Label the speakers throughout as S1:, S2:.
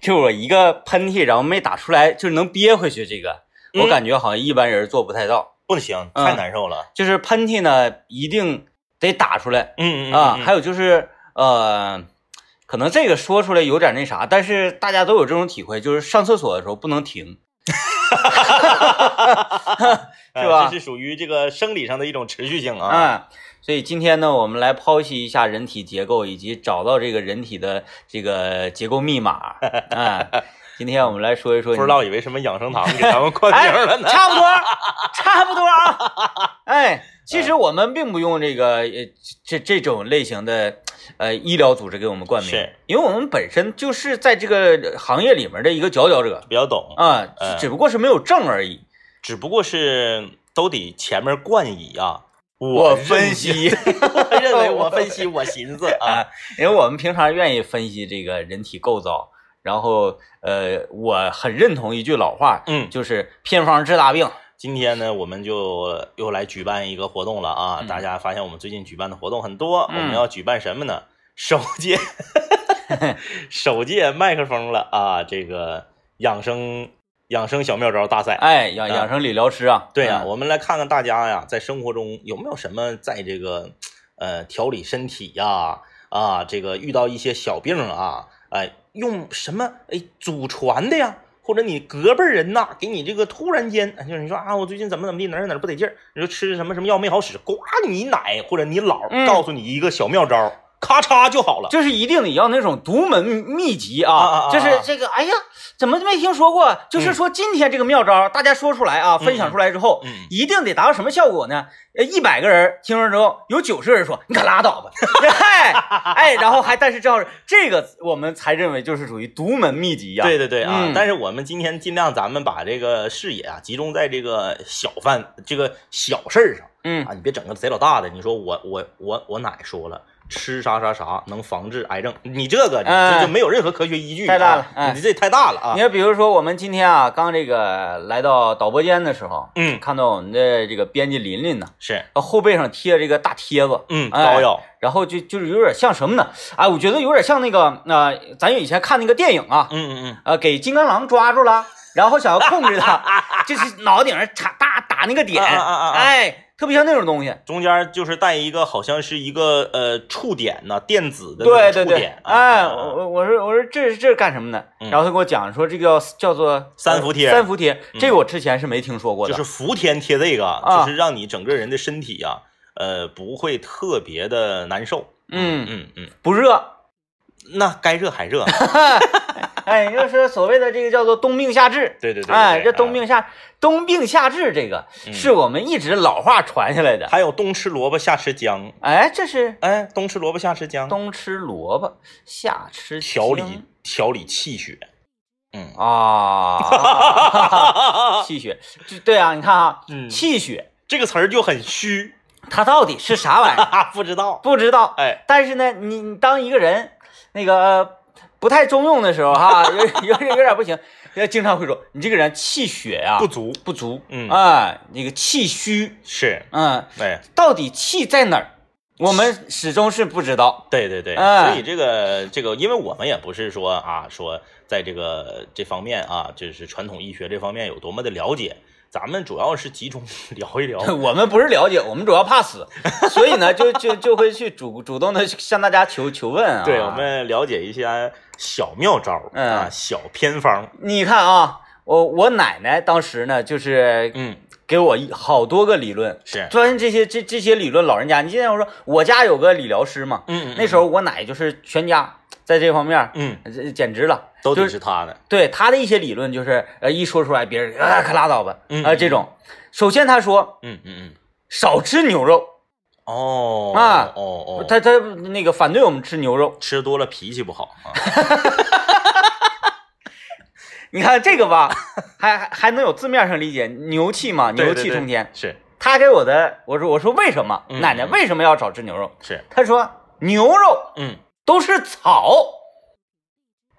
S1: 就我一个喷嚏，然后没打出来，就是能憋回去。这个我
S2: 嗯
S1: 感觉好像一般人做不太到。
S2: 不行，
S1: 嗯
S2: 太难受了。
S1: 就是喷嚏呢，一定得打出来
S2: 嗯嗯
S1: 啊。还
S2: 有
S1: 有就是呃，可能这个说出来有点那啥，但是大家都有这种体会，就是上厕所的时候不能停。是吧
S2: 哎这是属于这个生理上的一种持续性啊。
S1: 啊，所以今天呢，我们来剖析一下人体结构，以及找到这个人体的这个结构密码。 啊，今天我们来说一说，
S2: 不知道以为什么养生堂给咱们 冠名了呢
S1: 哎，。差不多，差不多啊。 哎，其实我们并不用这个呃这这种类型的呃医疗组织给我们冠名，
S2: 是
S1: 因为我们本身就是在这个行业里面的一个佼佼者
S2: 比较懂，
S1: 啊，
S2: 呃
S1: 只不过是没有证而已。
S2: 只不过是都得前面冠以啊。
S1: 我
S2: 认
S1: 分析，
S2: 我认为我分析，我寻思啊，
S1: 啊，因为我们平常愿意分析这个人体构造，然后呃，我很认同一句老话，
S2: 嗯，
S1: 就是偏方治大病。
S2: 今天呢，我们就又来举办一个活动了啊！
S1: 嗯
S2: 大家发现我们最近举办的活动很多，
S1: 嗯
S2: 我们要举办什么呢？ 首 届首届麦克风了啊！这个养生养生小妙招大赛。
S1: 哎，养
S2: 啊
S1: 养生理疗师啊，
S2: 对呀、
S1: 嗯
S2: 我们来看看大家呀，在生活中有没有什么在这个呃调理身体呀啊这个遇到一些小病啊，哎、用什么哎祖传的呀，或者你隔辈儿人呐，给你这个突然间，哎就是你说啊，我最近怎么怎么地，哪儿哪儿不得劲儿，你说吃什么什么药没好使，呱，你奶或者你姥、
S1: 嗯
S2: 告诉你一个小妙招，咔嚓就好了。嗯
S1: 就是一定得要那种独门秘籍啊，
S2: 啊啊啊啊
S1: 就是这个，哎呀，怎么没听说过？就是说今天这个妙招，大家说出来啊，分享出来之后，
S2: 嗯，
S1: 一定得达到什么效果呢？呃，一百个人听了之后，有九十人说你可拉倒 吧，哎哎，然后还但是这要是这个，我们才认为就是属于独门秘籍呀、
S2: 对对对啊！
S1: 嗯
S2: 但是我们今天尽量咱们把这个视野啊集中在这个小范这个小事儿上。
S1: 嗯
S2: 啊，你别整个贼老大的。你说我我我我奶说了，吃啥啥啥能防治癌症，你这个你
S1: 哎
S2: 这就没有任何科学依据、啊，
S1: 太大了哎
S2: 你这太大了啊
S1: 你！看，比如说我们今天啊，刚这个来到导播间的时候，
S2: 嗯，
S1: 看到我们的这个编辑琳琳呢，
S2: 是，
S1: 她后背上贴这个大贴子，
S2: 嗯，
S1: 哎
S2: 膏药，
S1: 然后就就是有点像什么呢？哎，我觉得有点像那个，呃，咱以前看那个电影啊，
S2: 嗯嗯嗯，
S1: 呃，给金刚狼抓住了，然后想要控制 它，就是脑顶上插大打那个点，
S2: 啊啊啊啊啊
S1: 哎，特别像那种东西。
S2: 中间就是带一个好像是一个呃触点呐、电子的
S1: 对对
S2: 那种触
S1: 对
S2: 点，，啊
S1: 哎，
S2: 啊
S1: 我
S2: 啊
S1: 我我说我说这是这是干什么的？
S2: 嗯
S1: 然后他给我讲说这个叫叫做呃
S2: 三伏贴
S1: 三伏贴，这个我之前是没听说过
S2: 就
S1: 的
S2: 是。伏天贴这个，
S1: 啊
S2: 就是让你整个人的身体啊，呃，不会特别的难受。
S1: 嗯
S2: 嗯嗯，
S1: 不热，
S2: 那该热啊还 热，
S1: 哎，就是所谓的这个叫做冬病夏治。
S2: 对对对对
S1: 哎，
S2: 对
S1: 这冬
S2: 啊
S1: 病夏冬病夏治这个
S2: 嗯
S1: 是我们一直老话传下来的。
S2: 还有冬吃萝卜夏吃姜，
S1: 哎，这是
S2: 哎，冬吃萝卜夏吃姜，
S1: 冬吃萝卜，夏吃
S2: 调理
S1: 姜
S2: 调理气血。嗯，
S1: 啊， 气血，这对啊，你看啊，
S2: 嗯
S1: 气血
S2: 这个词儿就很虚，
S1: 它到底是啥玩意儿？
S2: 啊，不知道。
S1: 不知道。
S2: 哎，
S1: 但是呢，你你当一个人那个不太中用的时候哈，有 有有有点不行，要经常会说你这个人气血呀、
S2: 不足
S1: 不足，
S2: 嗯
S1: 哎，那个气虚，
S2: 是，
S1: 嗯，
S2: 哎，
S1: 到底气在哪儿？我们始终是不知道。
S2: 对对对，
S1: 哎
S2: 所以这个这个，因为我们也不是说啊，说在这个这方面啊，就是传统医学这方面有多么的了解，咱们主要是集中 聊一聊
S1: 我们不是了解，我们主要怕死，所以呢，就就就会去主主动的向大家求求问啊。
S2: 对，我们了解一些小妙招儿
S1: 嗯
S2: 啊，小偏方。
S1: 你看啊，我我奶奶当时呢，就是
S2: 嗯，
S1: 给我一好多个理论，
S2: 是，
S1: 专这些这这些理论，老人家，你现在我说我家有个理疗师嘛，
S2: 嗯
S1: 那时
S2: 候，
S1: 候我奶就是全家在这方面，
S2: 嗯，
S1: 这简直了，
S2: 都
S1: 就
S2: 得
S1: 是
S2: 是他的。
S1: 对他的一些理论就是呃一说出来别人啊可拉倒吧啊、
S2: 嗯
S1: 这种，首先他说
S2: 嗯嗯嗯，
S1: 少吃牛肉，
S2: 哦，
S1: 啊
S2: 哦哦，
S1: 他他那个反对我们吃牛肉，
S2: 吃多了脾气不好啊。
S1: 你看这个吧，还还还能有字面上理解，牛气嘛，
S2: 对
S1: 牛
S2: 对
S1: 气
S2: 对
S1: 冲天。
S2: 是
S1: 他给我的，我说我说为什么、
S2: 嗯
S1: 奶奶为什么要少吃牛肉？
S2: 是，
S1: 他说牛肉
S2: 嗯，
S1: 都是草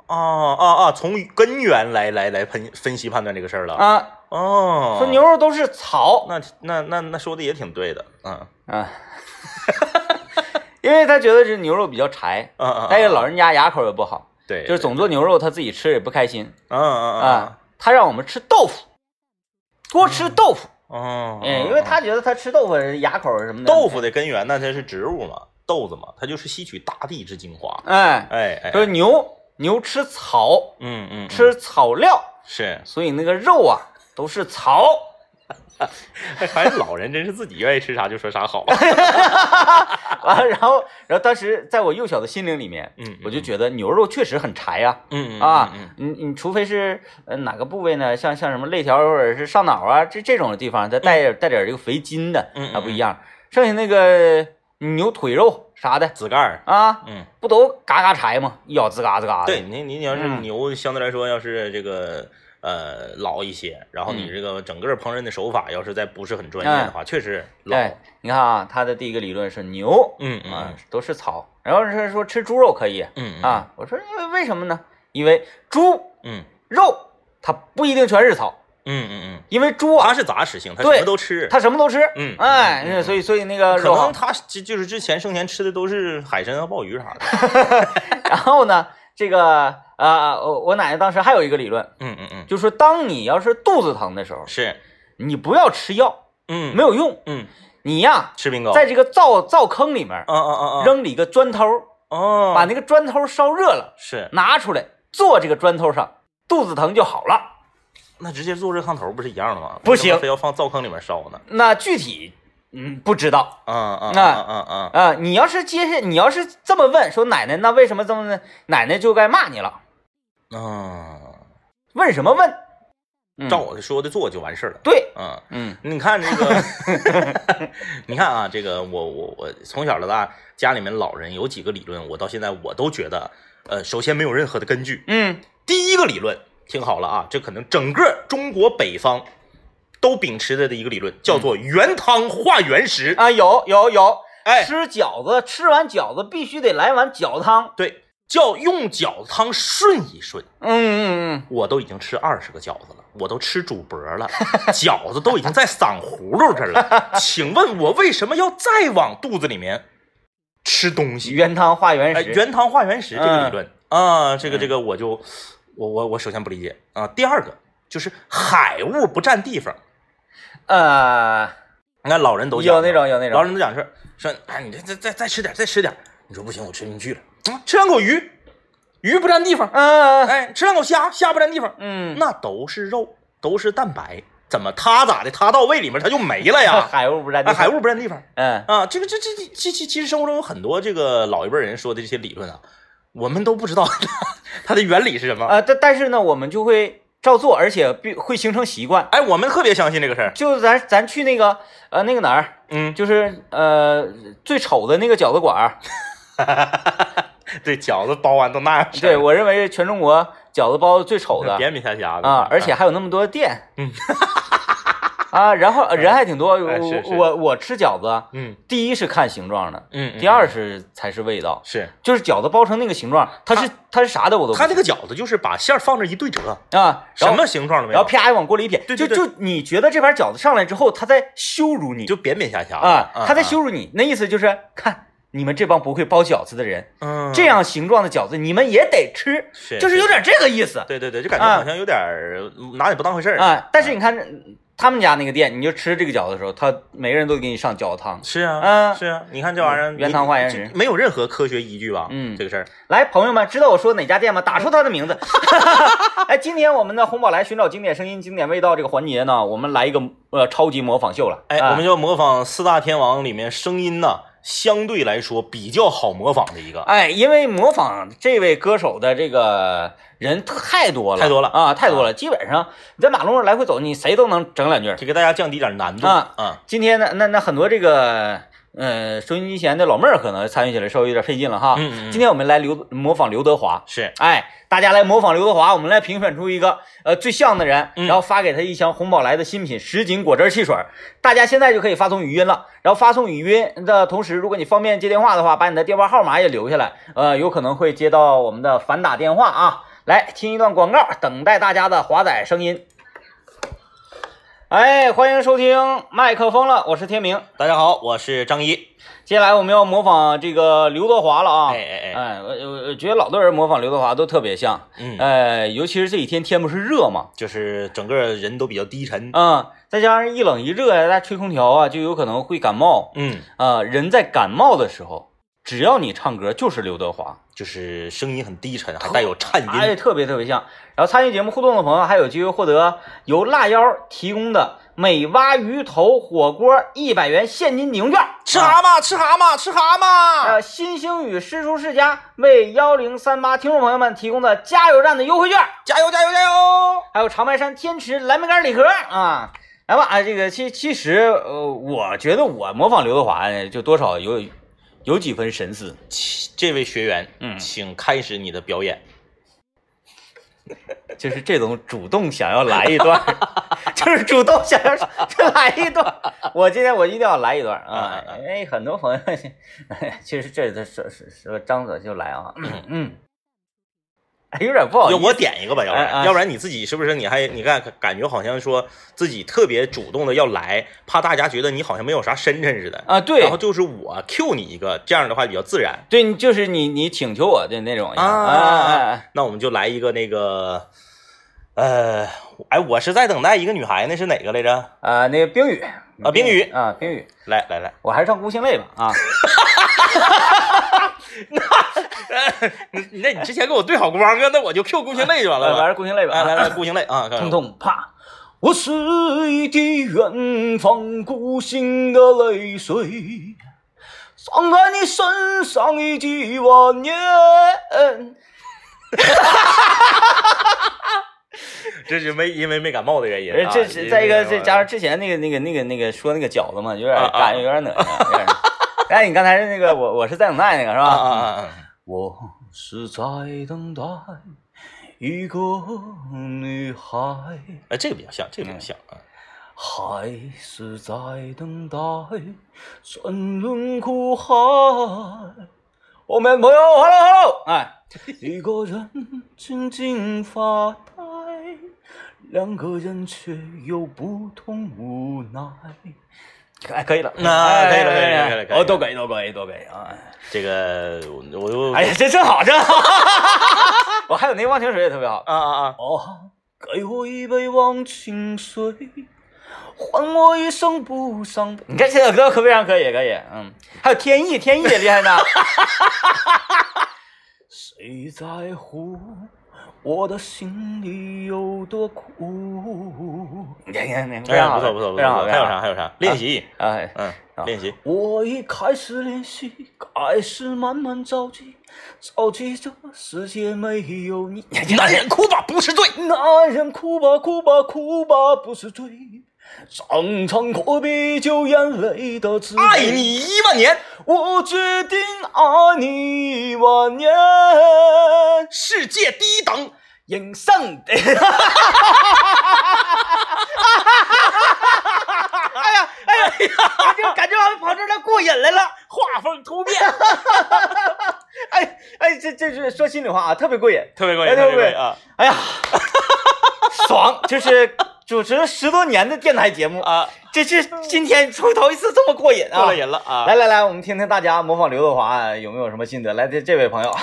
S2: 啊啊啊！从根源来来来分分析判断这个事儿了。
S1: 啊，
S2: 哦，
S1: 说牛，肉都是草，
S2: 那那那那说的也挺对的，嗯
S1: 啊， 因为他觉得这牛肉比较柴，
S2: 嗯嗯。
S1: 再一个
S2: 嗯
S1: 老人家牙口也不好，
S2: 对，
S1: 就是总做牛肉他自己吃也不开心
S2: 嗯嗯嗯
S1: 啊，他让我们吃豆腐，多吃豆腐，
S2: 嗯，
S1: 嗯，因为他觉得他吃豆腐牙口什么的，
S2: 豆腐的根源那它是植物嘛，豆子嘛，它就是吸取大地之精华。
S1: 哎，
S2: 哎哎，
S1: 说牛牛吃草，
S2: 嗯嗯，嗯
S1: 吃草料，
S2: 是，
S1: 所以那个肉啊都是 草。
S2: 哎，发现老人真是自己愿意吃啥就说啥好。
S1: 啊，然后，然后当时在我幼小的心灵里面，
S2: 嗯
S1: 我就觉得牛肉确实很柴呀、
S2: 嗯嗯
S1: 啊，
S2: 嗯
S1: 你你除非是呃哪个部位呢？像像什么肋条或者是上脑啊，这这种地方再带点带点这个肥筋的
S2: 嗯嗯，嗯
S1: 还不一样。剩下那个呃牛腿肉啥的
S2: 子盖儿，
S1: 啊，
S2: 嗯，
S1: 不都嘎嘎柴吗？一咬吱嘎吱嘎的。
S2: 对，你你要是
S1: 嗯
S2: 牛，相对来说要是这个。呃，老一些，然后你
S1: 嗯哎
S2: 这个整个烹饪的手法，要是再不是很专业的话，确实老。
S1: 对，你看啊，他的第一个理论是牛
S2: 嗯嗯
S1: 啊
S2: 嗯
S1: 都是草，然后是说吃猪肉可以
S2: 嗯，
S1: 啊，我说因为为什么呢？因为猪
S2: 嗯
S1: 肉它不一定全是草。
S2: 嗯嗯嗯，
S1: 因为猪啊，
S2: 它是杂食性，它什
S1: 对
S2: 么都吃。
S1: 它什么都吃，
S2: 嗯
S1: 哎，
S2: 嗯嗯
S1: 那所以所以那个
S2: 可
S1: 肉啊
S2: 能
S1: 好，
S2: 它就就是之前生前吃的都是海参啊、鲍鱼 啥的。
S1: 然后呢，这个啊，我我奶奶当时还有一个理论，
S2: 嗯嗯嗯，
S1: 就说当你要是肚子疼的时候，
S2: 是，
S1: 你不要吃药，
S2: 嗯，哦
S1: 没有用，
S2: 嗯，
S1: 你呀，
S2: 吃冰糕。
S1: 在这个灶灶坑里面
S2: 啊啊啊啊，
S1: 扔里个砖头，
S2: 哦，
S1: 把那个砖头烧热了，
S2: 是，
S1: 拿出来坐这个砖头上，肚子疼就好了。
S2: 那直接做热炕头不是一样的吗？
S1: 不
S2: 为什么
S1: 行
S2: 非要放灶坑里面烧呢。
S1: 那具体嗯不知道
S2: 啊啊
S1: 那
S2: 啊啊啊！
S1: 啊、你要是接下你要是这么问说奶奶那为什么这么呢奶奶就该骂你了，
S2: 嗯，
S1: 问什么问？嗯
S2: 照我说的做就完事儿了。
S1: 对，
S2: 嗯，
S1: 嗯
S2: 你看这个，你看啊，这个我我我从小到大家里面老人有几个理论，我到现在我都觉得，呃，首先没有任何的根据，
S1: 嗯
S2: 第一个理论，听好了啊，这可能整个中国北方都秉持着的一个理论，叫做原汤化原食。
S1: 啊，有有有，
S2: 哎，
S1: 吃饺子吃完饺子必须得来碗饺汤。
S2: 对，叫用饺子汤顺一顺。
S1: 嗯嗯
S2: 我都已经吃二十个饺子了，我都吃主脖了， 饺子都已经在嗓葫芦这儿了。请问我为什么要再往肚子里面吃东
S1: 嗯，
S2: 西？
S1: 原汤化原嗯
S2: 哎，
S1: 食。
S2: 原汤化原食这个理论、啊，这个这个
S1: 嗯
S2: 我就我我我首先不理解啊。第二个就是海物不占地方。
S1: 呃，
S2: 你看老人都
S1: 有
S2: 讲
S1: 那种有那种，
S2: 老人都讲是说，哎，你这再再再吃点，再吃点。你说不行，我吃不进去了。嗯吃两口鱼，鱼不占地方。
S1: 嗯
S2: 哎，吃两口虾，虾不占地方。
S1: 嗯，
S2: 那都是肉，都是蛋白，怎么它咋的？它到胃里面它就没了呀？
S1: 海物不占地，
S2: 哎，海，物不占地方
S1: 嗯
S2: 啊！这个这这这其其其实生活中有很多这个老一辈人说的这些理论啊，我们都不知道 它的原理是什么。
S1: 呃，但但是呢，我们就会照做，而且必会形成习惯。
S2: 哎，我们特别相信这个事儿。
S1: 就咱咱去那个呃那个哪儿，
S2: 嗯，
S1: 就是呃最丑的那个饺子馆 儿，
S2: 对，饺子包完都那样式儿。
S1: 对我认为是全中国饺子包子最丑的。
S2: 扁扁虾虾的
S1: 啊，而且还有那么多店，
S2: 嗯，
S1: 啊，然后人还挺多。
S2: 哎
S1: 我
S2: 是是
S1: 我我吃饺子，
S2: 嗯
S1: 第一是看形状的，
S2: 嗯，
S1: 第二是才是味道。
S2: 是
S1: 就是饺子包成那个形状，它是它是啥的我都不
S2: 它这个饺子就是把馅儿放这一对折，
S1: 啊
S2: 什，
S1: 然后
S2: 么形状都没
S1: 然后
S2: 有，
S1: 啪一往锅里一撇，
S2: 对
S1: 就
S2: 对对
S1: 就你觉得这盘饺子上来之后，他在羞辱你，
S2: 就扁扁瞎瞎
S1: 啊，他在羞
S2: 修，
S1: 辱你，那意思就是看你们这帮不会包饺子的人，
S2: 嗯，
S1: 这样形状的饺子你们也得吃，
S2: 是
S1: 就是有点这个意思
S2: 对对对，就感觉好像有点儿拿你不当回事儿
S1: 啊。但是你看他们家那个店，你就吃这个饺子的时候，他每个人都给你上饺子汤。
S2: 是啊，
S1: 嗯
S2: 是啊，你看这玩意儿，
S1: 原汤化原食
S2: 你这没有任何科学依据吧？
S1: 嗯
S2: 这个事儿，
S1: 来，朋友们，知道我说哪家店吗？打出他的名字。 哎，今天我们的红宝来寻找经典声音、经典味道这个环节呢，我们来一个呃超级模仿秀了。
S2: 哎，
S1: 啊
S2: 我们就模仿四大天王里面声音呢，相对来说比较好模仿的一个，
S1: 哎，因为模仿这位歌手的这个人太多了，
S2: 太多了
S1: 啊，太多了，基本上你在马路上来回走，你谁都能整两句。
S2: 就给大家降低点难度
S1: 啊
S2: 啊。
S1: 今天呢，那那很多这个呃收音机前的老妹儿可能参与起来稍微有点费劲了哈。
S2: 嗯嗯嗯
S1: 今天我们来刘模仿刘德华，
S2: 是，
S1: 哎，大家来模仿刘德华，我们来评选出一个呃最像的人，
S2: 嗯
S1: 然后发给他一箱红宝来的新品什锦果汁汽水儿。大家现在就可以发送语音了，然后发送语音的同时，如果你方便接电话的话，把你的电话号码也留下来，呃，有可能会接到我们的反打电话啊。来听一段广告，等待大家的华仔声音。哎，欢迎收听麦克风了，我是天明。
S2: 大家好，我是张一。
S1: 接下来我们要模仿这个刘德华了啊！
S2: 哎哎哎，
S1: 哎，我我我觉得老多人模仿刘德华都特别像，
S2: 嗯，
S1: 哎，尤其是这几天天不是热嘛，
S2: 就是整个人都比较低沉。
S1: 嗯，再加上一冷一热呀，大家吹空调啊，就有可能会感冒
S2: 嗯，
S1: 啊、人在感冒的时候，只要你唱歌就是刘德华，
S2: 就是声音很低沉，还带有颤
S1: 哎，
S2: 音。
S1: 特别特别像。然后参与节目互动的朋友还有机会获得由辣腰提供的美蛙鱼头火锅一百元现金抵用券，
S2: 吃
S1: 啊
S2: 蛤蟆，吃蛤蟆，吃蛤蟆！
S1: 呃，新星宇师叔世家为幺零三八听众朋友们提供的加油站的优惠券，
S2: 加油，加油，加油！
S1: 还有长白山天池蓝莓干礼盒啊。来吧啊，这个其其实呃，我觉得我模仿刘德华呢，就多少有有几分神似。
S2: 请这位学员，
S1: 嗯
S2: 请开始你的表演。
S1: 就是这种主动想要来一段儿， 就是主动想要来一段儿。我今天我一定要来一段儿啊！哎，很多朋友，哎其实这这说说说张嘴就来啊，嗯，哎，有点不好意
S2: 要
S1: 思，
S2: 我哦点一个吧，要不啊
S1: 哎哎
S2: 然，要不然你自己是不是你还你看感觉好像说自己特别主动的要来，怕大家觉得你好像没有啥身份似的。
S1: 啊，对
S2: 然后就是我 Q 你一个，这样的话比较自然。
S1: 对，你就是你你请求我的那种
S2: 啊
S1: 哎哎哎，
S2: 那我们就来一个那个，呃，哎，我是在等待一个女孩呢，是哪个来着？
S1: 啊，那个冰雨
S2: 啊冰雨
S1: 啊，冰雨，
S2: 来来来，
S1: 我还是唱《孤星泪》吧啊，
S2: 那你之前给我对好光啊哥，那我就 Q 顾星泪就完
S1: 我还
S2: 了。
S1: 是《孤星泪》吧，
S2: 来来来，
S1: 啊，
S2: 顾星泪啊，
S1: 痛痛啪。我是一滴远方孤星的泪水，伤在你身上已几万年。
S2: 这是没因为没感冒的原因啊。
S1: 这
S2: 因
S1: 是
S2: 为
S1: 再一个，
S2: 没感冒
S1: 这加上之前那个那个那个那个说那个饺子嘛，有点
S2: 啊啊
S1: 感觉有点恶心。有点哎，你刚才是那个我我是在等待那个是吧？
S2: 啊啊啊啊！啊
S1: 我是在等待一个女孩，
S2: 哎，这个比较像，这个比较像啊。
S1: 还是在等待沉沦苦海。我们朋友，hello hello，哎，一个人静静发呆，两个人却又不同无奈。哎，可以了，
S2: 啊可以了
S1: 哎
S2: 可以了
S1: 哎
S2: 可以了
S1: 哎
S2: 可以了
S1: 哦，都可以，都可以，都可以啊！
S2: 这个我我又
S1: 哎呀，这正好，正好。 我还有那个忘情水也特别好。
S2: 啊啊啊！
S1: 啊，给我一杯忘情水，还我一生不伤悲。你看这首歌可非常可以，可以，嗯，还有天意，天意也厉害呢。谁在乎我的心里有多苦？你看，你看，你看，非
S2: 哎
S1: 常
S2: 呀，
S1: 好
S2: 不错不错不
S1: 非常好
S2: 错，还有？
S1: 非常
S2: 啥
S1: 好
S2: 还有啥？练习，
S1: 哎，
S2: 嗯
S1: 啊，
S2: 练习。
S1: 我已开始练习，开始慢慢着急，着急这世界没有你。
S2: 男人哭吧不是罪，
S1: 男人哭吧哭吧哭吧不是罪，尝尝喝啤酒眼泪的滋味。
S2: 爱，你一万年，
S1: 我决定爱你一万年。
S2: 世界第一等。
S1: 人生的，哎呀哎呀，感觉感觉好像跑这儿来过瘾来了，画风突变。 哎哎，这这是说心里话啊，特别过瘾。
S2: 特别过
S1: 哎
S2: 瘾，
S1: 特
S2: 特
S1: 别
S2: 别
S1: 过
S2: 过
S1: 瘾
S2: 瘾啊
S1: 哎呀， 爽！就是主持了十多年的电台节目，
S2: 啊！
S1: 这是今天出头一次这么过瘾啊！
S2: 过了瘾了啊！
S1: 来来来，我们听听大家模仿刘德华有没有什么心得？来，这这位朋友，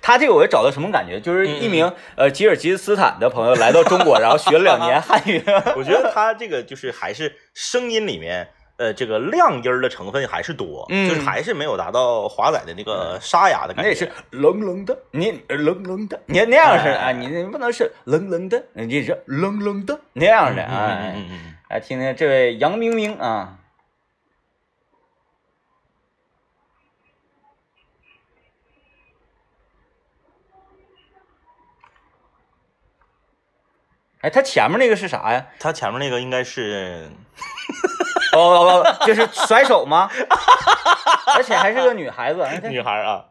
S1: 他这个我找到什么感觉？就是一名、呃吉尔吉斯斯坦的朋友来到中国，然后学了两年汉语。
S2: 我觉得他这个就是还是声音里面，呃，这个亮音儿的成分还是多，
S1: 嗯
S2: 就是还是没有达到华仔的那个沙哑的感
S1: 那
S2: 觉。
S1: 也是哎冷冷的，你冷冷的，你那样式的啊，
S2: 哎
S1: 你你不能是冷冷的，你是冷冷的那样式的
S2: 嗯，嗯
S1: 哎
S2: 嗯，嗯
S1: 来听听这位杨明明啊，哎，他前面那个是啥呀？
S2: 他前面那个应该是
S1: 哦哦哦，就是甩手 吗？而且还是个女孩子，哎
S2: 女孩儿啊，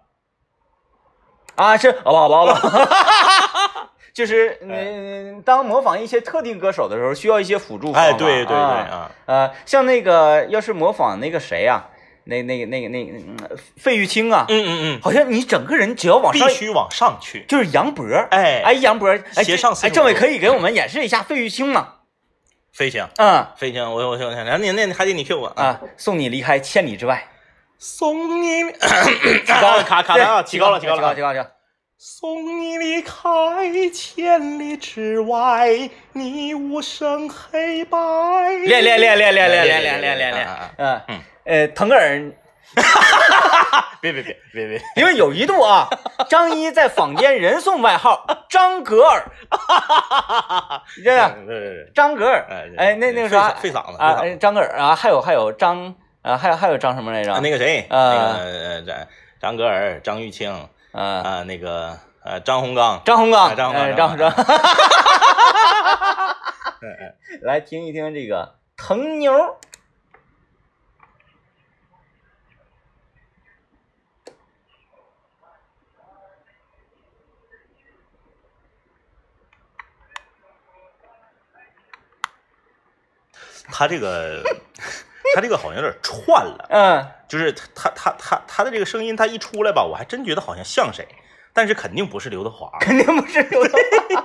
S1: 哦 啊，是，好吧，好吧，好吧， 就是嗯、当模仿一些特定歌手的时候，需要一些辅助方法。
S2: 哎，对对对
S1: 啊，
S2: 啊，
S1: 呃，像那个要是模仿那个谁呀、那那个那个那个嗯费玉清啊，
S2: 嗯嗯嗯，
S1: 好像你整个人只要往上
S2: 必，须往上去，
S1: 就是杨博，哎
S2: 哎
S1: 哎，杨博，哎，
S2: 斜上
S1: 这哎，
S2: 45
S1: 政委
S2: 度
S1: 可以给我们演示一下费玉清吗？
S2: 飞行
S1: 嗯
S2: 飞行，我我我想想，你那还得你 Q 我啊，
S1: 啊，送你离开千里之外，
S2: 送你
S1: 提高了，
S2: 卡卡
S1: 对
S2: 了啊，提高了提
S1: 提
S2: 高
S1: 高了，
S2: 了
S1: 提。高了，提高了
S2: 送你离开千里之外，你无声黑白。
S1: 练练练练练练练练
S2: 练
S1: 练
S2: 练
S1: 练
S2: 练
S1: 练
S2: 啊，
S1: 嗯
S2: 嗯
S1: 呃，腾格尔
S2: 别别别别别，
S1: 因为有一度啊，张一在坊间人送外号张格 尔，真的
S2: 别别别，
S1: 张格尔
S2: 哎，
S1: 哎，那那个
S2: 费
S1: 啥，
S2: 嗓费嗓子
S1: 啊，
S2: 费嗓
S1: 哎
S2: 子
S1: 张格尔啊，还有还有张啊，还有还有张什么来着
S2: 啊？那个谁，
S1: 呃
S2: 那个呃张张格尔、张玉清
S1: 啊，
S2: 啊，那个呃张洪刚，
S1: 张洪刚，
S2: 啊张洪刚
S1: 哎张
S2: 张洪
S1: 张
S2: 刚， 哎
S1: 来听一听这个腾牛。
S2: 他这个他这个好像有点串了。
S1: 嗯，
S2: 就是他他他他他的这个声音，他一出来吧，我还真觉得好像像谁，但是肯定不是刘德华。
S1: 肯定不是刘德华。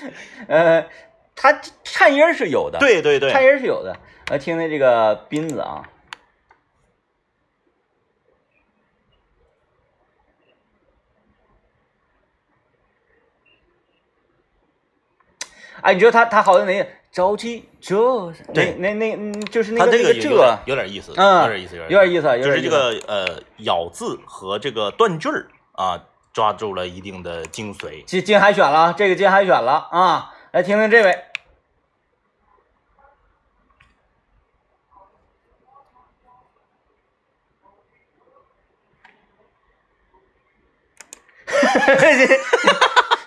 S1: 呃，他颤音儿是有的，，
S2: 对对对，
S1: 颤音儿是有的。来听听这个斌子啊，哎，你知道他他好像那个着急这，
S2: 对
S1: 那那那嗯，就是那
S2: 他
S1: 个
S2: 这
S1: 那个
S2: 有有点
S1: 这，
S2: 有点意思，
S1: 嗯
S2: 有点意思，
S1: 有点意思啊有
S2: 就
S1: 点
S2: 是
S1: 意思
S2: 这个呃咬字和这个断句儿啊，抓住了一定的精髓。
S1: 进进海选了啊，这个进海选了啊，来听听这 位，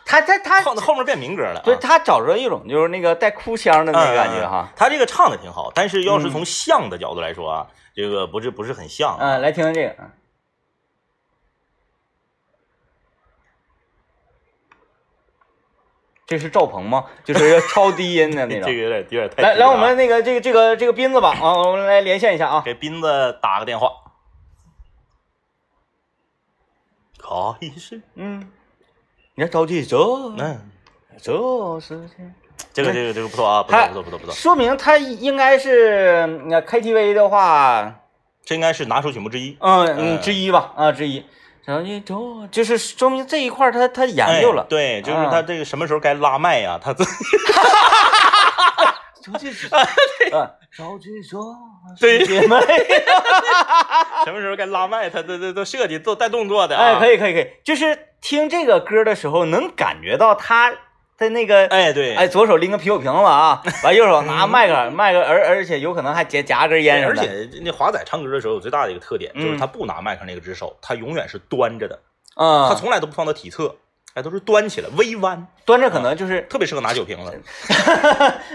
S1: 他他他，
S2: 后后面变民歌了、啊，
S1: 不是他找着一种就是那个带哭腔的
S2: 嗯
S1: 那个感觉哈，
S2: 嗯他这个唱的挺好，但是要是
S1: 嗯
S2: 从像的角度来说啊，这个不是不是很像啊。
S1: 嗯，来听听这个，这是赵鹏吗？就是超低音的那种
S2: 这。个有点有点太低了
S1: 来
S2: 啊。
S1: 来，我们那个这个这个这个斌子吧，啊，我们来连线一下啊。
S2: 给斌子打个电话。可以是，
S1: 嗯，你看着急这
S2: 嗯，
S1: 这事情，
S2: 这个这个这个不错啊，不错
S1: 他
S2: 不错不错不错，
S1: 说明他应该是嗯 KTV 的话，
S2: 这应该是拿手曲目之一。
S1: 嗯
S2: 嗯
S1: 嗯之一吧，啊之一。着急这就是说明这一块儿他他研究
S2: 哎
S1: 了。
S2: 对，就是
S1: 嗯
S2: 他这个什么时候该拉麦呀、 他自己
S1: 着急， 嗯，着急这姐妹，
S2: 什么时候该拉麦，他都都都设计做带动作的、啊。
S1: 哎，可
S2: 以，
S1: 以可以可以，就是听这个歌的时候，能感觉到他的那个
S2: 哎对，
S1: 哎，，左手拎个啤酒瓶子啊，完右手拿麦克麦克，而而且有可能还夹夹根烟什么
S2: 而
S1: 的。
S2: 且那华仔唱歌的时候有最大的一个特点，
S1: 嗯
S2: 就是他不拿麦克那个只手，他永远是端着的，
S1: 嗯，
S2: 他从来都不放到体侧，哎，都是端起来微弯，
S1: 端着可能 就是。
S2: 特别适合拿酒瓶子。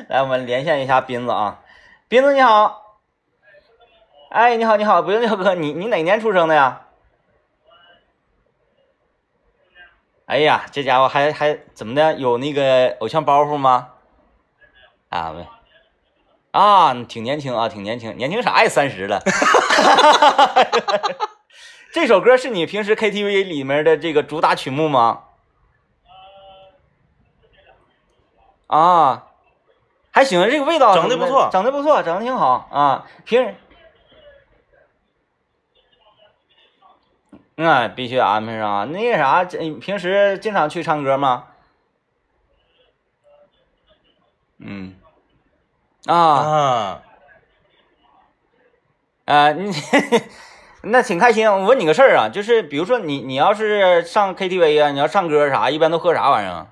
S1: 来，我们连线一下斌子啊，斌子你好。哎，你好，你好，不用叫哥，你你哪年出生的呀？哎呀，这家伙还还怎么的？有那个偶像包袱吗？啊没。啊，你挺年轻啊，挺年轻，年轻啥呀？三十了。 这首歌是你平时 KTV 里面的这个主打曲目吗？啊，还行，这个味道
S2: 整得不错
S1: 整的不错，整的挺好啊。平时，嗯啊，必须安排上啊。那个啥，这平时经常去唱歌吗？嗯，啊，
S2: 啊，
S1: 呃，你 那挺开心。我问你个事儿啊，就是比如说你你要是上 KTV 啊，你要唱歌啥，一般都喝啥玩意儿啊？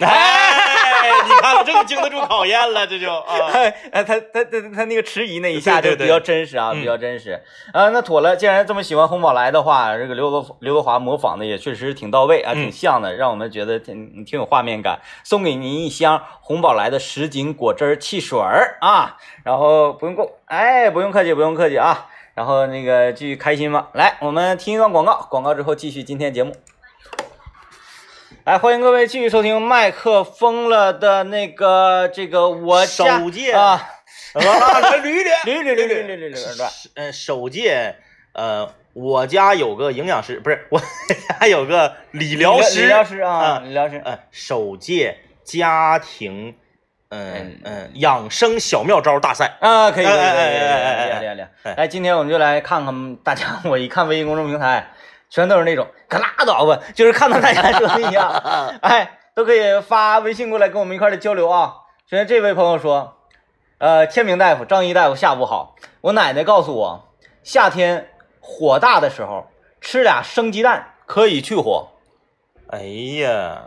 S2: 哎，你看这个经得住考验了，这就啊。
S1: 哎，他他他他那个迟疑那一下
S2: 对
S1: 就
S2: 对对
S1: 比较真实啊，
S2: 嗯
S1: 比较真实啊。那妥了，既然这么喜欢红宝来的话，这个刘德刘德华模仿的也确实挺到位啊，
S2: 嗯
S1: 挺像的，让我们觉得挺挺有画面感。送给您一箱红宝来的什锦果汁儿汽水儿啊，然后不用过，哎，不用客气，不用客气啊。然后那个继续开心吧。来，我们听一段广告，广告之后继续今天节目。来，欢迎各位继续收听麦克疯了的那个这个我家
S2: 手贱
S1: 啊，
S2: 啊，捋一捋，
S1: 捋捋捋捋捋捋捋捋捋，
S2: 是呃，首届呃，我家有个营养师，不是我 家有个理疗师，
S1: 理疗师啊，
S2: 啊
S1: 理疗师，
S2: 呃，首届家庭，
S1: 嗯
S2: 嗯、嗯，养生小妙招大赛，
S1: 啊，可以，可以，可以，可以，
S2: 哎哎哎哎哎
S1: 厉害，
S2: 哎
S1: 厉害，厉害！
S2: 哎
S1: 来，今天我们就来看看大家，我一看微信公众平台，全都是那种可拉倒吧，就是看到大家说的一样，哎，都可以发微信过来跟我们一块儿来交流啊。首先，这位朋友说，呃，天明大夫、张一大夫下午好，我奶奶告诉我，夏天火大的时候吃俩生鸡蛋可以去火。
S2: 哎呀，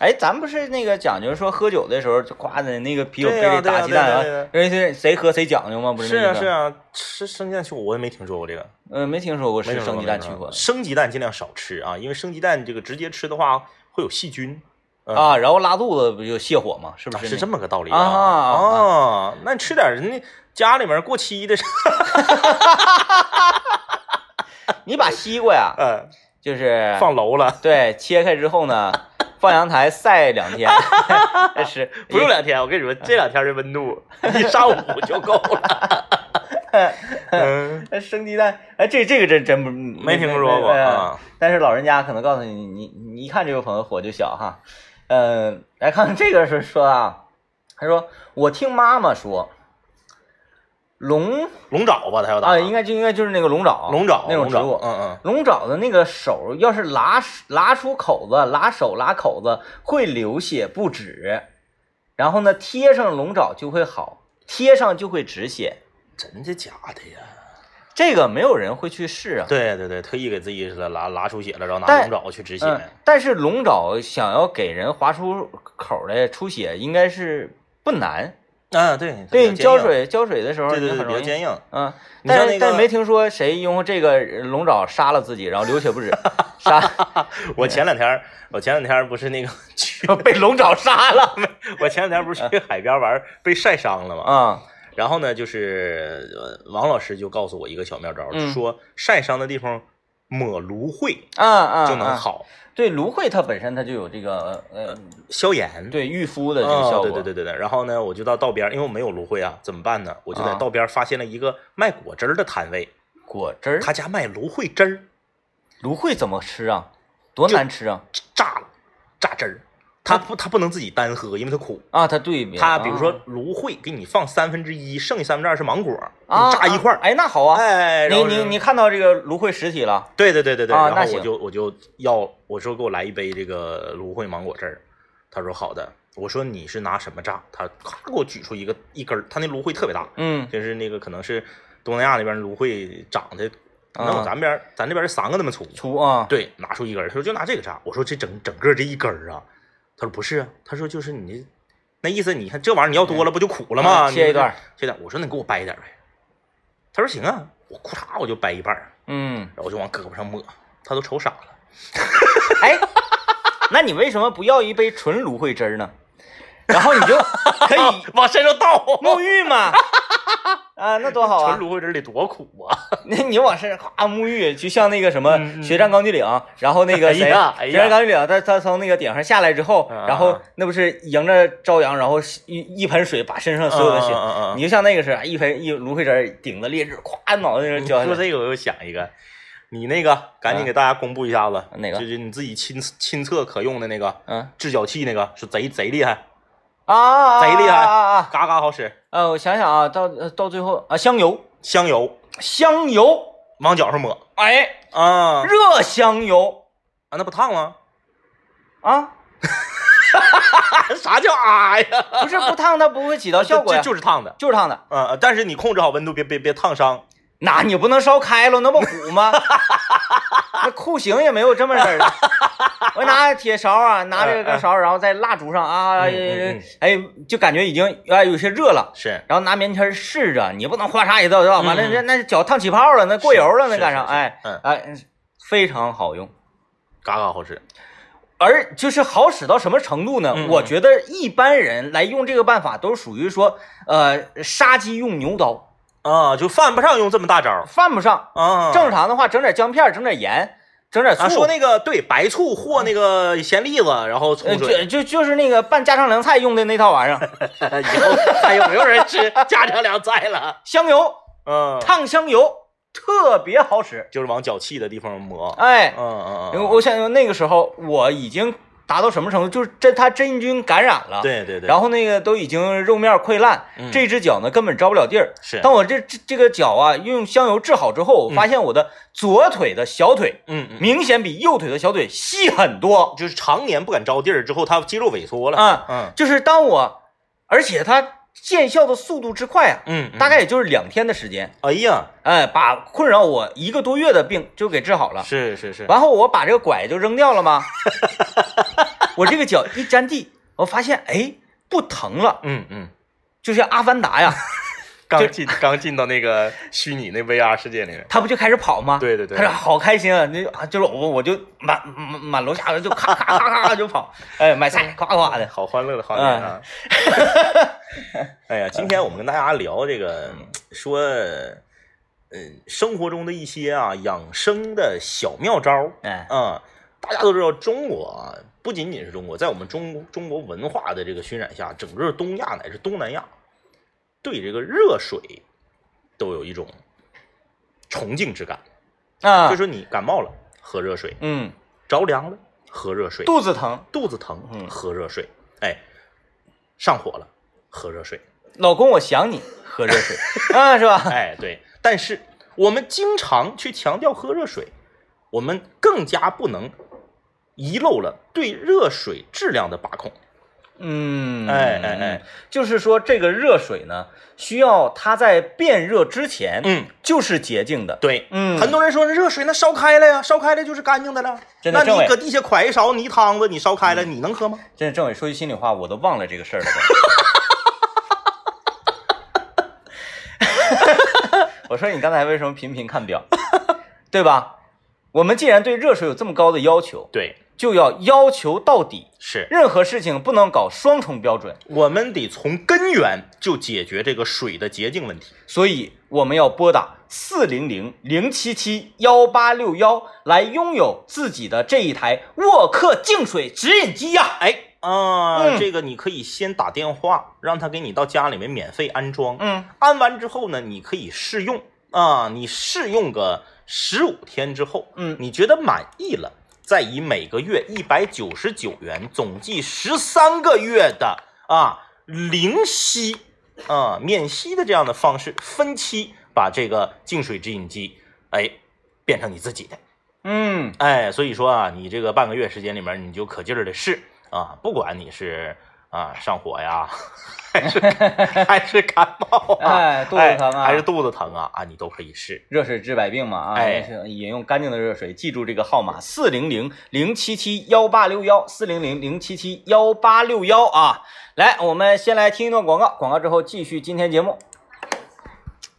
S1: 哎，咱不是那个讲究说喝酒的时候就夸的那个啤酒杯
S2: 对呀
S1: 里打
S2: 对呀
S1: 鸡蛋
S2: 对呀对呀
S1: 因为是谁喝谁讲究嘛，不
S2: 是
S1: 那
S2: 啊
S1: 意思
S2: 是啊，吃生鸡蛋去火我也没听说过这个，
S1: 嗯，没听说过
S2: 没
S1: 是
S2: 听说
S1: 生
S2: 过
S1: 鸡蛋
S2: 没
S1: 去
S2: 听说
S1: 火
S2: 过生鸡蛋尽量少吃啊，因为生鸡蛋这个直接吃的话会有细菌。嗯
S1: 啊，然后拉肚子不就泻火吗？是不
S2: 啊
S1: 是？
S2: 是这
S1: 么
S2: 么个道理
S1: 啊啊啊
S2: 哦，那你吃点人家家里面过期的啥？
S1: 你把西瓜 呀，
S2: 呃，
S1: 就是
S2: 放楼了，
S1: 对切开之后 呢，放阳台晒两天 再吃，
S2: 不用两天，我跟你说，这两天的温度一上午就够了。嗯，
S1: 哎。生鸡蛋，哎，这这个真真不嗯没
S2: 没听说过
S1: 没哎
S2: 啊
S1: 但是老人家可能告诉你，你你一看这位朋友火就小哈，嗯、来看看这个是说啊，他说我听妈妈说，龙啊
S2: 龙爪吧，他要打
S1: 啊，应该就应该就是那个龙爪，
S2: 龙爪
S1: 那种
S2: 龙
S1: 植
S2: 爪
S1: 物，
S2: 嗯嗯，
S1: 龙爪的那个手要是拉拉出口子，拉手拉口子会流血不止，然后呢贴上龙爪就会好，贴上就会止血。
S2: 真的假的呀？
S1: 这个没有人会去试啊。
S2: 对对对，特意给自己拉拉出血了，然后拿
S1: 但
S2: 龙爪去止血。
S1: 嗯，但是龙爪想要给人划出口来出血，应该是不难。
S2: 啊，对，它
S1: 对
S2: 比
S1: 你
S2: 较
S1: 浇
S2: 坚硬，
S1: 水浇水的时候，
S2: 对对
S1: 你
S2: 对，
S1: 很
S2: 比
S1: 容
S2: 较
S1: 易。
S2: 坚硬。
S1: 嗯，
S2: 你
S1: 但
S2: 像
S1: 是、
S2: 那个
S1: 但是没听说谁用这个龙爪杀了自己，然后流血不止，杀
S2: 我前两天，我前两天不是那个 去，
S1: 被龙爪杀 了。
S2: 我前两天不是去海边玩被晒伤了吗？
S1: 啊、
S2: 然后呢，就是呃王老师就告诉我一个小妙招，
S1: 嗯
S2: 说晒伤的地方抹芦荟
S1: 啊啊，
S2: 就能
S1: 啊
S2: 好，
S1: 对，芦荟它本身它就有这个呃
S2: 消炎。
S1: 对预敷的这个效
S2: 哦
S1: 果。
S2: 对对对对对，然后呢，我就到道边儿，因为我没有芦荟啊，怎么办呢？我就在
S1: 啊
S2: 道边儿发现了一个卖果汁儿的摊位，
S1: 果汁儿，
S2: 他家卖芦荟汁儿，
S1: 芦荟怎么吃啊？多
S2: 就
S1: 难吃啊！
S2: 榨了，榨汁儿，他不他不能自己单喝，因为它苦。
S1: 啊，它对比
S2: 他比如说芦荟给你放三分之一，剩下三分之二是芒果，你
S1: 啊
S2: 榨一块
S1: 啊
S2: 儿，
S1: 哎，那好啊，
S2: 哎，然
S1: 你
S2: 后
S1: 你
S2: 是
S1: 你看到这个芦荟实体了？
S2: 对对对对对，
S1: 啊那
S2: 然后
S1: 行
S2: 我就我就要我说给我来一杯这个芦荟芒果汁儿，他说好的。我说你是拿什么榨？他咔给我举出一个一根儿，他那芦荟特别大，
S1: 嗯，
S2: 就是那个可能是东南亚那边芦荟长得，
S1: 啊
S2: 那我咱们边儿咱这边儿三个那么粗。
S1: 粗啊，
S2: 对，拿出一根儿，他说就拿这个榨。我说这整整个这一根儿啊，他说不是啊，他说就是你那意思，你看这玩意儿你要多了不就苦了吗？
S1: 啊切一段儿，
S2: 切一段儿。我说那你给我掰一点儿呗。他说行啊，我咔嚓我就掰一半儿。
S1: 嗯，
S2: 然后我就往胳膊上抹，他都瞅傻了。
S1: 哎，那你为什么不要一杯纯芦荟汁儿呢？然后你就 可以
S2: 啊往身上倒，
S1: 沐浴嘛，啊，那多好啊！
S2: 纯芦荟汁儿得多苦啊！
S1: 那你往身上哗沐浴，就像那个什么
S2: 嗯
S1: 《
S2: 嗯
S1: 血战钢锯岭》，然后那个谁，
S2: 哎呀哎
S1: 血
S2: 呀
S1: 战钢锯岭》他他从那个顶上下来之后，
S2: 嗯嗯
S1: 然后那不是迎着朝阳，然后一一盆水把身上所有的血，
S2: 嗯嗯嗯嗯
S1: 你就像那个似的，一盆一芦荟汁儿顶着劣质，咵脑 袋上浇下
S2: 说
S1: 来。
S2: 这个我又想一个，你那个赶紧给大家公布一下子，
S1: 哪个
S2: 就是你自己亲亲测可用的那个
S1: 嗯
S2: 治脚气那个，是贼贼厉害，
S1: 啊啊，啊
S2: 贼厉害
S1: 啊啊啊！
S2: 嘎嘎好使。
S1: 呃，我想想啊，到呃到最后啊，香油，
S2: 香油
S1: 香油，
S2: 往脚上抹
S1: 哎，
S2: 啊啊，
S1: 热香油
S2: 那不烫吗？
S1: 啊，
S2: 啥叫啊 呀？
S1: 不是不烫它不会起到效果呀，
S2: 就就是烫的。
S1: 就是烫的。
S2: 嗯，但是你控制好温度，别别别烫伤。
S1: 那你不能烧开了，那不虎吗？ 那酷刑也没有这么式儿的。我拿铁勺啊，拿这个勺，然后在蜡烛上啊，
S2: 嗯嗯嗯
S1: 哎，就感觉已经哎有些热了。
S2: 是
S1: 然后拿棉签儿试着，你不能哗嚓一道道，
S2: 嗯
S1: 完了
S2: 嗯
S1: 那那脚烫起泡了，那过油了，
S2: 是
S1: 那赶上
S2: 是是
S1: 哎
S2: 嗯
S1: 哎，非常好用，
S2: 嘎嘎好使。
S1: 而就是好使到什么程度呢
S2: 嗯？嗯
S1: 我觉得一般人来用这个办法都属于说呃杀鸡用牛刀，
S2: 啊，就犯不上用这么大招儿
S1: 犯不上。
S2: 啊。
S1: 正常的话，整点姜片儿，整点盐，整点醋。
S2: 啊，说那个对白醋和那个咸栗子，然后
S1: 呃，
S2: 冲水。
S1: 就就就是那个拌家常凉菜用的那套玩意 儿，
S2: 以后还有没有人 吃家常凉菜了？
S1: 香油，
S2: 嗯，
S1: 烫香油特别好使。
S2: 就是往脚气的地方抹。
S1: 哎
S2: 嗯，嗯
S1: 因为
S2: 嗯，
S1: 我想那个时候我已经达到什么程度，就是真他真菌感染了，，
S2: 对对对，
S1: 然
S2: 后
S1: 后那个都已经肉面溃烂，
S2: 嗯
S1: 这只脚呢根本着不了地儿。
S2: 是，
S1: 当我这这这个脚啊用香油治好之后，我发现我的左腿的小腿
S2: 嗯嗯，
S1: 明显比右腿的小腿细很多。
S2: 就是常年不敢着地儿之后，他肌肉萎缩了。
S1: 啊，
S2: 嗯
S1: 就是当我，而且它见效的速度之快啊，
S2: 嗯，嗯
S1: 大概也就是两天的时间，
S2: 哎呀，
S1: 哎，把困扰我一个多月的病就给治好了。
S2: 是是是，
S1: 然后我把这个拐就扔掉了吗？ 我这个脚一沾地，我发现哎不疼了，
S2: 嗯嗯，
S1: 就像阿凡达呀，
S2: 刚
S1: 就
S2: 进刚进到那个虚拟那 VR 世界里面。
S1: 他不就开始跑吗？
S2: 对对对
S1: 他说好开心啊，那就啊就是我我就满满满楼下的就咔咔咔咔咔就跑， 哎买
S2: 嗯
S1: 菜夸夸的，
S2: 好欢乐的画面啊！ 哎呀，今天我们跟大家聊这个，说，嗯、生活中的一些啊养生的小妙招儿
S1: 哎
S2: 啊、大家都知道，中国啊，不仅仅是中国，在我们中中国文化的这个熏染下，整个东亚乃至东南亚，对这个热水都有一种崇敬之感。
S1: 啊
S2: 就说你感冒了喝热水，
S1: 嗯
S2: 着凉了喝热水，
S1: 肚子疼，
S2: 肚子疼，
S1: 嗯
S2: 喝热水。哎，上火了，喝热水。
S1: 老公我想你，喝热 水啊是吧？
S2: 哎，对。但是我们经常去强调喝热水，我们更加不能遗漏了对热水质量的把控。
S1: 嗯，
S2: 哎哎哎，
S1: 就是说这个热水呢，需要它在变热之前，
S2: 嗯，
S1: 就是洁净的，
S2: 对，
S1: 嗯
S2: 很多人说热水那烧开了呀，烧开了就是干净的了。
S1: 真的
S2: 那
S1: 政委嗯
S2: 你搁地下㧟一勺泥汤子，你烧开了，你能喝吗？
S1: 真的，政委说句心里话，我都忘了这个事儿了。 我说你刚才为什么频频看表，对吧？我们既然对热水有这么高的要求，
S2: 对，
S1: 就要要求到底，
S2: 是
S1: 任何事情不能搞双重标准。
S2: 我们得从根源就解决这个水的洁净问题。
S1: 所以我们要拨打四零零零七七幺八六幺来拥有自己的这一台沃克净水直饮机呀、
S2: 哎啊、
S1: 嗯
S2: 这个你可以先打电话，让他给你到家里面免费安装。
S1: 嗯，
S2: 安完之后呢，你可以试用啊，你试用个十五天之后，
S1: 嗯
S2: 你觉得满意了，再以每个月一百九十九元，总计十三个月的啊零息啊免息的这样的方式，分期把这个净水直饮机，哎，变成你自己的。
S1: 嗯，
S2: 哎，所以说啊，你这个半个月时间里面，你就可劲儿的试啊，不管你是啊上火呀， 还是还是感冒啊，
S1: 哎肚子疼啊
S2: 还是肚子疼啊啊，你都可以试。
S1: 热水治百病嘛啊，
S2: 哎
S1: 是饮用干净的热水，记住这个号码四零零零七七幺八六幺四零零零七七幺八六幺啊。来，我们先来听一段广告，广告之后继续今天节目。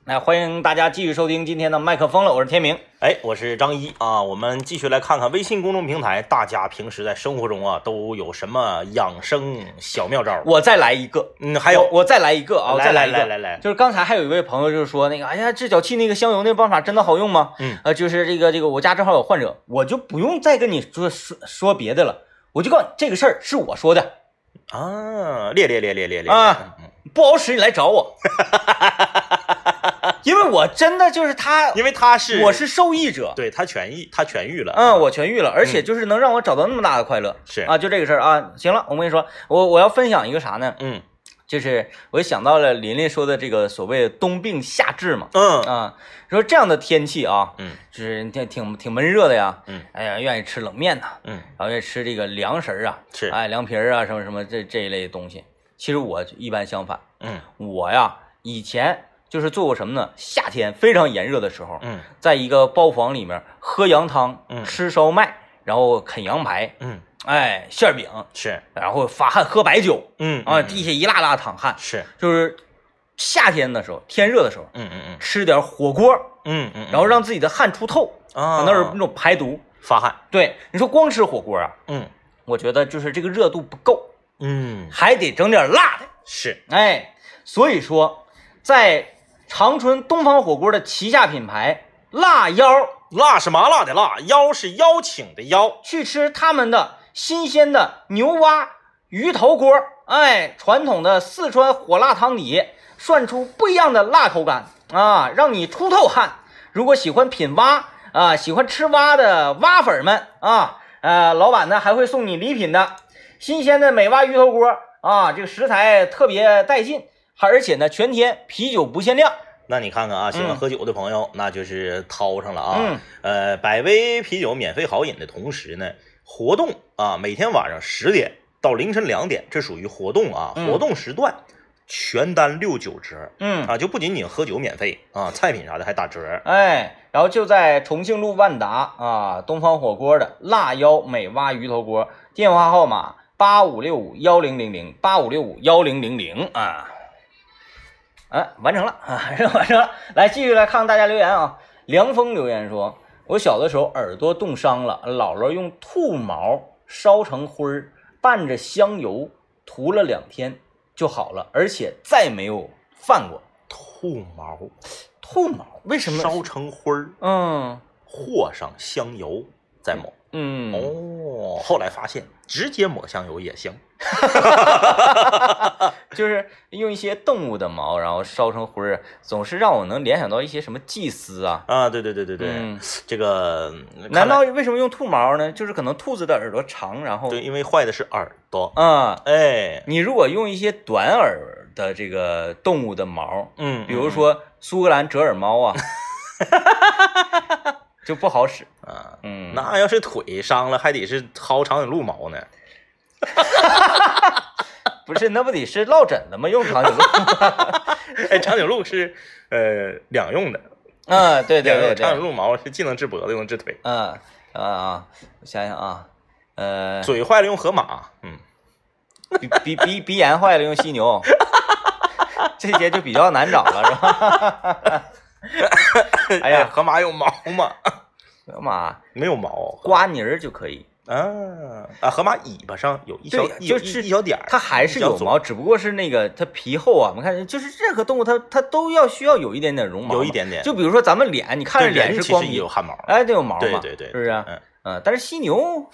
S1: 来，欢迎大家继续收听今天的麦克风了，我是天明。
S2: 哎，我是张一啊，我们继续来看看微信公众平台，大家平时在生活中啊都有什么养生小妙招？
S1: 我再来一个，
S2: 嗯，还有
S1: 我我再来一个啊，我
S2: 来
S1: 再
S2: 来
S1: 一个，
S2: 来来来
S1: 就是刚才还有一位朋友就是说那个，哎呀，治脚气那个香油那办法真的好用吗？
S2: 嗯
S1: 呃，就是这个这个，我家正好有患者，我就不用再跟你说说说别的了，我就告诉你这个事儿是我说的，
S2: 啊，列列列列列列
S1: 啊，
S2: 嗯嗯
S1: 不好使你来找 我，因为我真的就是他，
S2: 因为他是
S1: 我是受益者，
S2: 对他痊愈，他痊愈了。啊
S1: 嗯，我痊愈了，而且就是能让我找到那么大的快乐，
S2: 是
S1: 啊，就这个事儿啊，行了，我跟你说，我我要分享一个啥呢？
S2: 嗯
S1: 就是我想到了琳琳说的这个所谓冬病夏治嘛，
S2: 嗯
S1: 啊，说这样的天气啊，
S2: 嗯
S1: 就是挺挺挺闷热的呀，
S2: 嗯，
S1: 哎呀，愿意吃冷面呐、
S2: 嗯，
S1: 然后愿意吃这个凉食儿啊，
S2: 是
S1: 哎凉皮儿啊，什么什么这这一类的东西。其实我一般相反，
S2: 嗯
S1: 我呀以前就是做过什么呢？夏天非常炎热的时候，
S2: 嗯
S1: 在一个包房里面喝羊汤，
S2: 嗯
S1: 吃烧麦，然后啃羊排，
S2: 嗯，
S1: 哎馅儿饼，
S2: 是
S1: 然后发汗喝白酒
S2: 嗯
S1: 啊，
S2: 嗯
S1: 地下一拉拉淌汗，
S2: 是
S1: 就是夏天的时候，天热的时候，
S2: 嗯嗯
S1: 吃点火锅，
S2: 嗯嗯嗯，
S1: 然后让自己的汗出透，
S2: 啊，
S1: 反倒是那种排毒。
S2: 发汗，
S1: 对，你说光吃火锅啊，
S2: 嗯
S1: 我觉得就是这个热度不够，
S2: 嗯
S1: 还得整点辣的。
S2: 是，
S1: 哎，所以说，在长春东方火锅的旗下品牌辣腰，
S2: 辣是麻辣的辣，邀是邀请的邀。
S1: 去吃他们的新鲜的牛蛙鱼头锅，哎，传统的四川火辣汤底，涮出不一样的辣口感啊，让你出透汗。如果喜欢品蛙啊，喜欢吃蛙的蛙粉们啊，呃，老板呢还会送你礼品的，新鲜的美蛙鱼头锅啊，这个食材特别带劲，还而且呢全天啤酒不限量。
S2: 那你看看啊，喜欢
S1: 嗯
S2: 喝酒的朋友，那就是掏上了啊。
S1: 嗯
S2: 呃，百威啤酒免费好饮的同时呢，活动啊，每天晚上十点到凌晨两点，这属于活动啊，
S1: 嗯
S2: 活动时段全单六九折、
S1: 嗯，
S2: 啊，就不仅仅喝酒免费啊，菜品啥的还打折。
S1: 哎，然后就在重庆路万达啊，东方火锅的辣腰美蛙鱼头锅，电话号码八五六五幺零零零八五六五幺零零零啊。哎，完成了啊， 任务完成了。来，继续来看看大家留言啊。凉风留言说：“我小的时候耳朵冻伤了，姥姥用兔毛烧成灰儿，拌着香油涂了两天就好了，而且再没有犯过
S2: 兔毛
S1: 兔毛。为什么？
S2: 烧成灰儿，
S1: 嗯
S2: 和上香油再抹。
S1: 嗯，
S2: 哦，后来发现直接抹香油也行。
S1: 就是用一些动物的毛，然后烧成灰儿，总是让我能联想到一些什么祭司啊。
S2: 啊，对对对对对，
S1: 嗯
S2: 这个嗯
S1: 难
S2: 看
S1: 道
S2: 来
S1: 为什么用兔毛呢？就是可能兔子的耳朵长，然后
S2: 对，因为坏的是耳朵。
S1: 啊、
S2: 哎，
S1: 你如果用一些短耳的这个动物的毛，
S2: 嗯，
S1: 比如说苏格兰折耳猫 啊，就不好使。
S2: 嗯啊，
S1: 嗯，
S2: 那要是腿伤了，还得是薅长颈鹿毛呢。
S1: 不是那不得是落枕了吗？用长颈鹿？
S2: 哎，长颈鹿是呃两用的，
S1: 嗯，对对
S2: 两用
S1: 对
S2: 长颈
S1: 对，
S2: 鹿毛是既能治脖子又能治腿。
S1: 嗯啊啊，我想想啊，呃，
S2: 嘴坏了用河马，嗯，
S1: 鼻鼻鼻鼻炎坏了用犀牛，这些就比较难找了，是吧？ 哎呀
S2: 河马有毛吗？
S1: 我的哎妈，
S2: 没有毛
S1: 刮泥儿就可以，
S2: 啊啊！河马尾巴上有一小
S1: 对
S2: 一
S1: 就是
S2: 一一小点儿，
S1: 它还是有
S2: 一小
S1: 毛，只不过是那个它皮厚啊。我们看，就是任何动物它它都要需要有一点点绒毛嘛，
S2: 有一点点
S1: 就比如说咱们脸，你看
S2: 对
S1: 着脸
S2: 人
S1: 是
S2: 其
S1: 光
S2: 实也
S1: 皮
S2: 有，汗毛，
S1: 哎，这有毛嘛，
S2: 对对对，
S1: 是不是？
S2: 嗯，
S1: 嗯，但是犀牛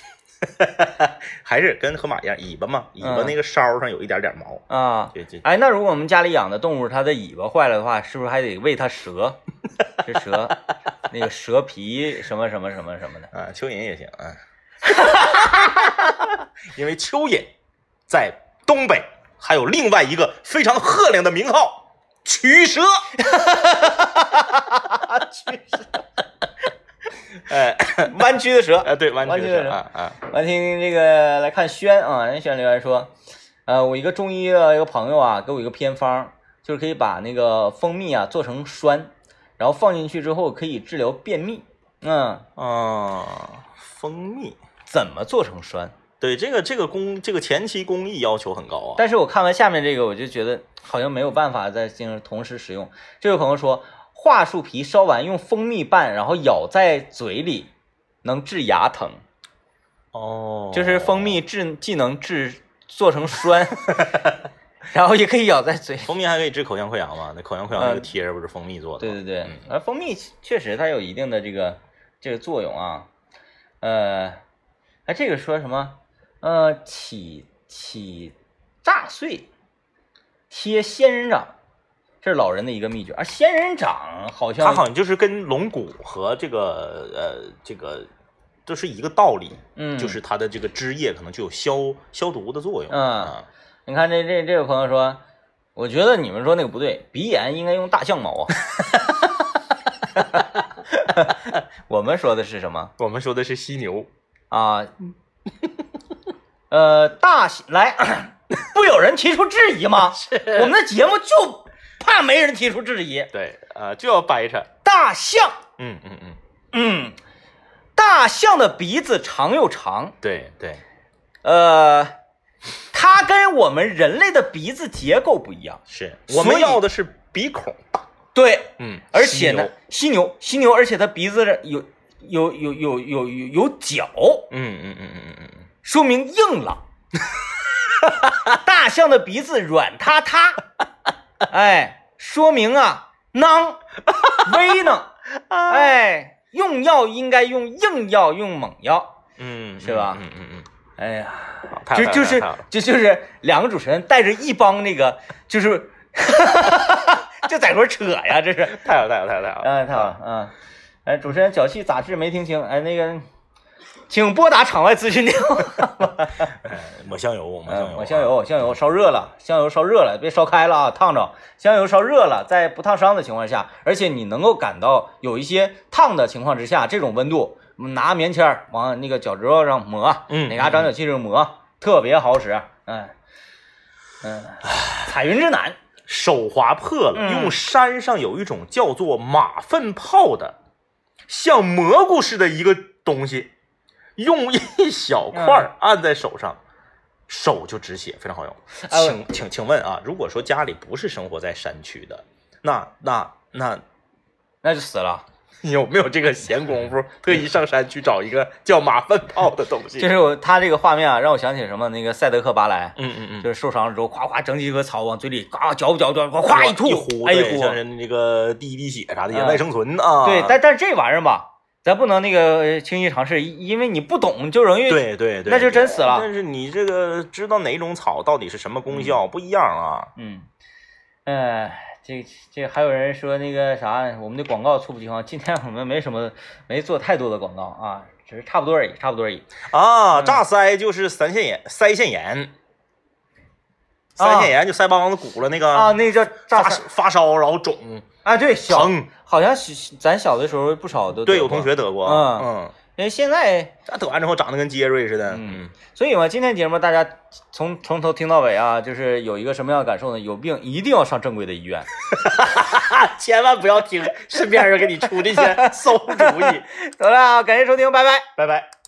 S2: 还是跟河马一样，尾巴嘛，尾巴
S1: 嗯
S2: 那个梢上有一点点毛，
S1: 啊，
S2: 对对，
S1: 哎，那如果我们家里养的动物它的尾巴坏了的话，是不是还得喂它蛇？ 这蛇，那个蛇皮什么什么什么什么的。
S2: 啊，蚯蚓也行啊， 因为蚯蚓在东北还有另外一个非常赫亮的名号——曲蛇。哎
S1: 弯曲的蛇，
S2: 哎，对，弯
S1: 弯
S2: 曲
S1: 曲
S2: 的
S1: 的
S2: 蛇
S1: 蛇
S2: 啊啊，
S1: 来听这个，来看轩啊，人轩留言说，呃，我一个中医的一个朋友啊，给我一个偏方，就是可以把那个蜂蜜啊做成栓，然后放进去之后可以治疗便秘。嗯，
S2: 啊，蜂蜜。
S1: 怎么做成栓？
S2: 对这个这个工这个前期工艺要求很高啊，
S1: 但是我看完下面这个，我就觉得好像没有办法再进行同时使用。这位朋友说，桦树皮烧完用蜂蜜拌，然后咬在嘴里，能治牙疼，
S2: 哦
S1: 就是蜂蜜治既能治做成栓， 然后也可以咬在嘴里。
S2: 蜂蜜还可以治口腔溃疡嘛？那口腔溃疡那个
S1: 嗯
S2: 贴儿不是蜂蜜做的
S1: 对
S2: 吗？
S1: 对对
S2: 嗯，
S1: 而蜂蜜确实它有一定的这个这个作用啊，呃，哎，这个说什么？呃，起起炸碎，贴仙人掌，这是老人的一个秘诀。而仙人掌好像，
S2: 它好像就是跟龙骨和这个呃这个都是一个道理，
S1: 嗯，
S2: 就是它的这个汁液可能就有消消毒的作用。
S1: 嗯
S2: 啊，
S1: 你看这这这位朋友说，我觉得你们说那个不对，鼻炎应该用大象毛啊。 我们说的是什么？
S2: 我们说的是犀牛，
S1: 啊，呃，大喜来，不有人提出质疑吗？我们的节目就怕没人提出质疑。
S2: 对，呃，就要掰扯。
S1: 大象，
S2: 嗯嗯嗯，
S1: 嗯，大象的鼻子长又长，
S2: 对对，
S1: 呃，它跟我们人类的鼻子结构不一样，
S2: 是
S1: 所以
S2: 我们要的是鼻孔大，
S1: 对，
S2: 嗯，
S1: 而且
S2: 犀
S1: 呢
S2: 牛，，
S1: 犀牛，犀牛，而且它鼻子有有有有有有有角，
S2: 嗯嗯嗯嗯嗯嗯，
S1: 说明硬朗。大象的鼻子软塌塌，哎，说明啊，囊威能，
S2: 啊
S1: 哎，用药应该用硬药，用猛药。
S2: 嗯，
S1: 是吧
S2: 嗯嗯嗯
S1: 哎呀，
S2: 嗯好，太好
S1: 就
S2: 了
S1: 就是
S2: 太好了
S1: 就就是两个主持人带着一帮那个就是 就在一块儿扯呀，这是。
S2: 太好了太好了太好了太好了，
S1: 哎，太好了，嗯，哎，主持人脚气咋治没听清？哎，那个，请拨打场外咨询电话。
S2: 哎抹香油，抹香油，
S1: 嗯，我香油，香油烧热了，香油烧热了，别烧开了啊，烫着。香油烧热了，在不烫伤的情况下，而且你能够感到有一些烫的情况之下，这种温度，嗯拿棉签儿往那个脚趾头上抹，
S2: 嗯
S1: 哪嘎长脚气这抹，特别好使。嗯嗯，彩云之南，
S2: 手划破了，
S1: 嗯
S2: 用山上有一种叫做马粪泡的，像蘑菇似的一个东西，用一小块
S1: 嗯
S2: 儿按在手上，手就止血，非常好用。
S1: 哎我
S2: 请请请问啊，如果说家里不是生活在山区的，那那那
S1: 那就死了。
S2: 你有没有这个闲工夫，特意上山去找一个叫马粪泡的东西？
S1: 就是我他这个画面啊，让我想起什么那个赛德克巴莱，
S2: 嗯嗯嗯，
S1: 就是受伤了之后，夸夸整起一棵草往嘴里嘎嚼吧嚼吧嚼吧，夸一吐，
S2: 一呼，
S1: 哎一
S2: 对
S1: 呼，
S2: 像人那个滴一滴血啥的，
S1: 嗯
S2: 人外生存啊。
S1: 对，但但是这玩意儿吧，咱不能那个呃轻易尝试，因因为你不懂就容 易
S2: 对对对，
S1: 那就真死了
S2: 但是你这个知道哪种草到底是什么功效不一样啊？
S1: 嗯，呃，这这还有人说那个啥，我们的广告猝不及防，今天我们没什么没做太多的广告啊，只是差不多而已，差不多而已。
S2: 啊，
S1: 嗯
S2: 炸腮就是腮腺炎，腮腺炎，
S1: 啊
S2: 腮腺炎就腮帮子鼓了那个
S1: 啊，，那个叫炸
S2: 发烧发烧然后肿
S1: 啊，对，小
S2: 疼，
S1: 好像小咱小的时候不少都
S2: 对，
S1: 得
S2: 有
S1: 过
S2: 同，学得过，
S1: 嗯
S2: 嗯，
S1: 因为现在。
S2: 那得完之后长得跟杰瑞似的，
S1: 嗯，所以嘛，今天节目大家从从头听到尾啊，就是有一个什么样的感受呢？有病一定要上正规的医院。
S2: 啊， 千万 不要听身边人给你出这些馊主意，
S1: 得了啊，感谢收听，拜拜。
S2: 拜拜。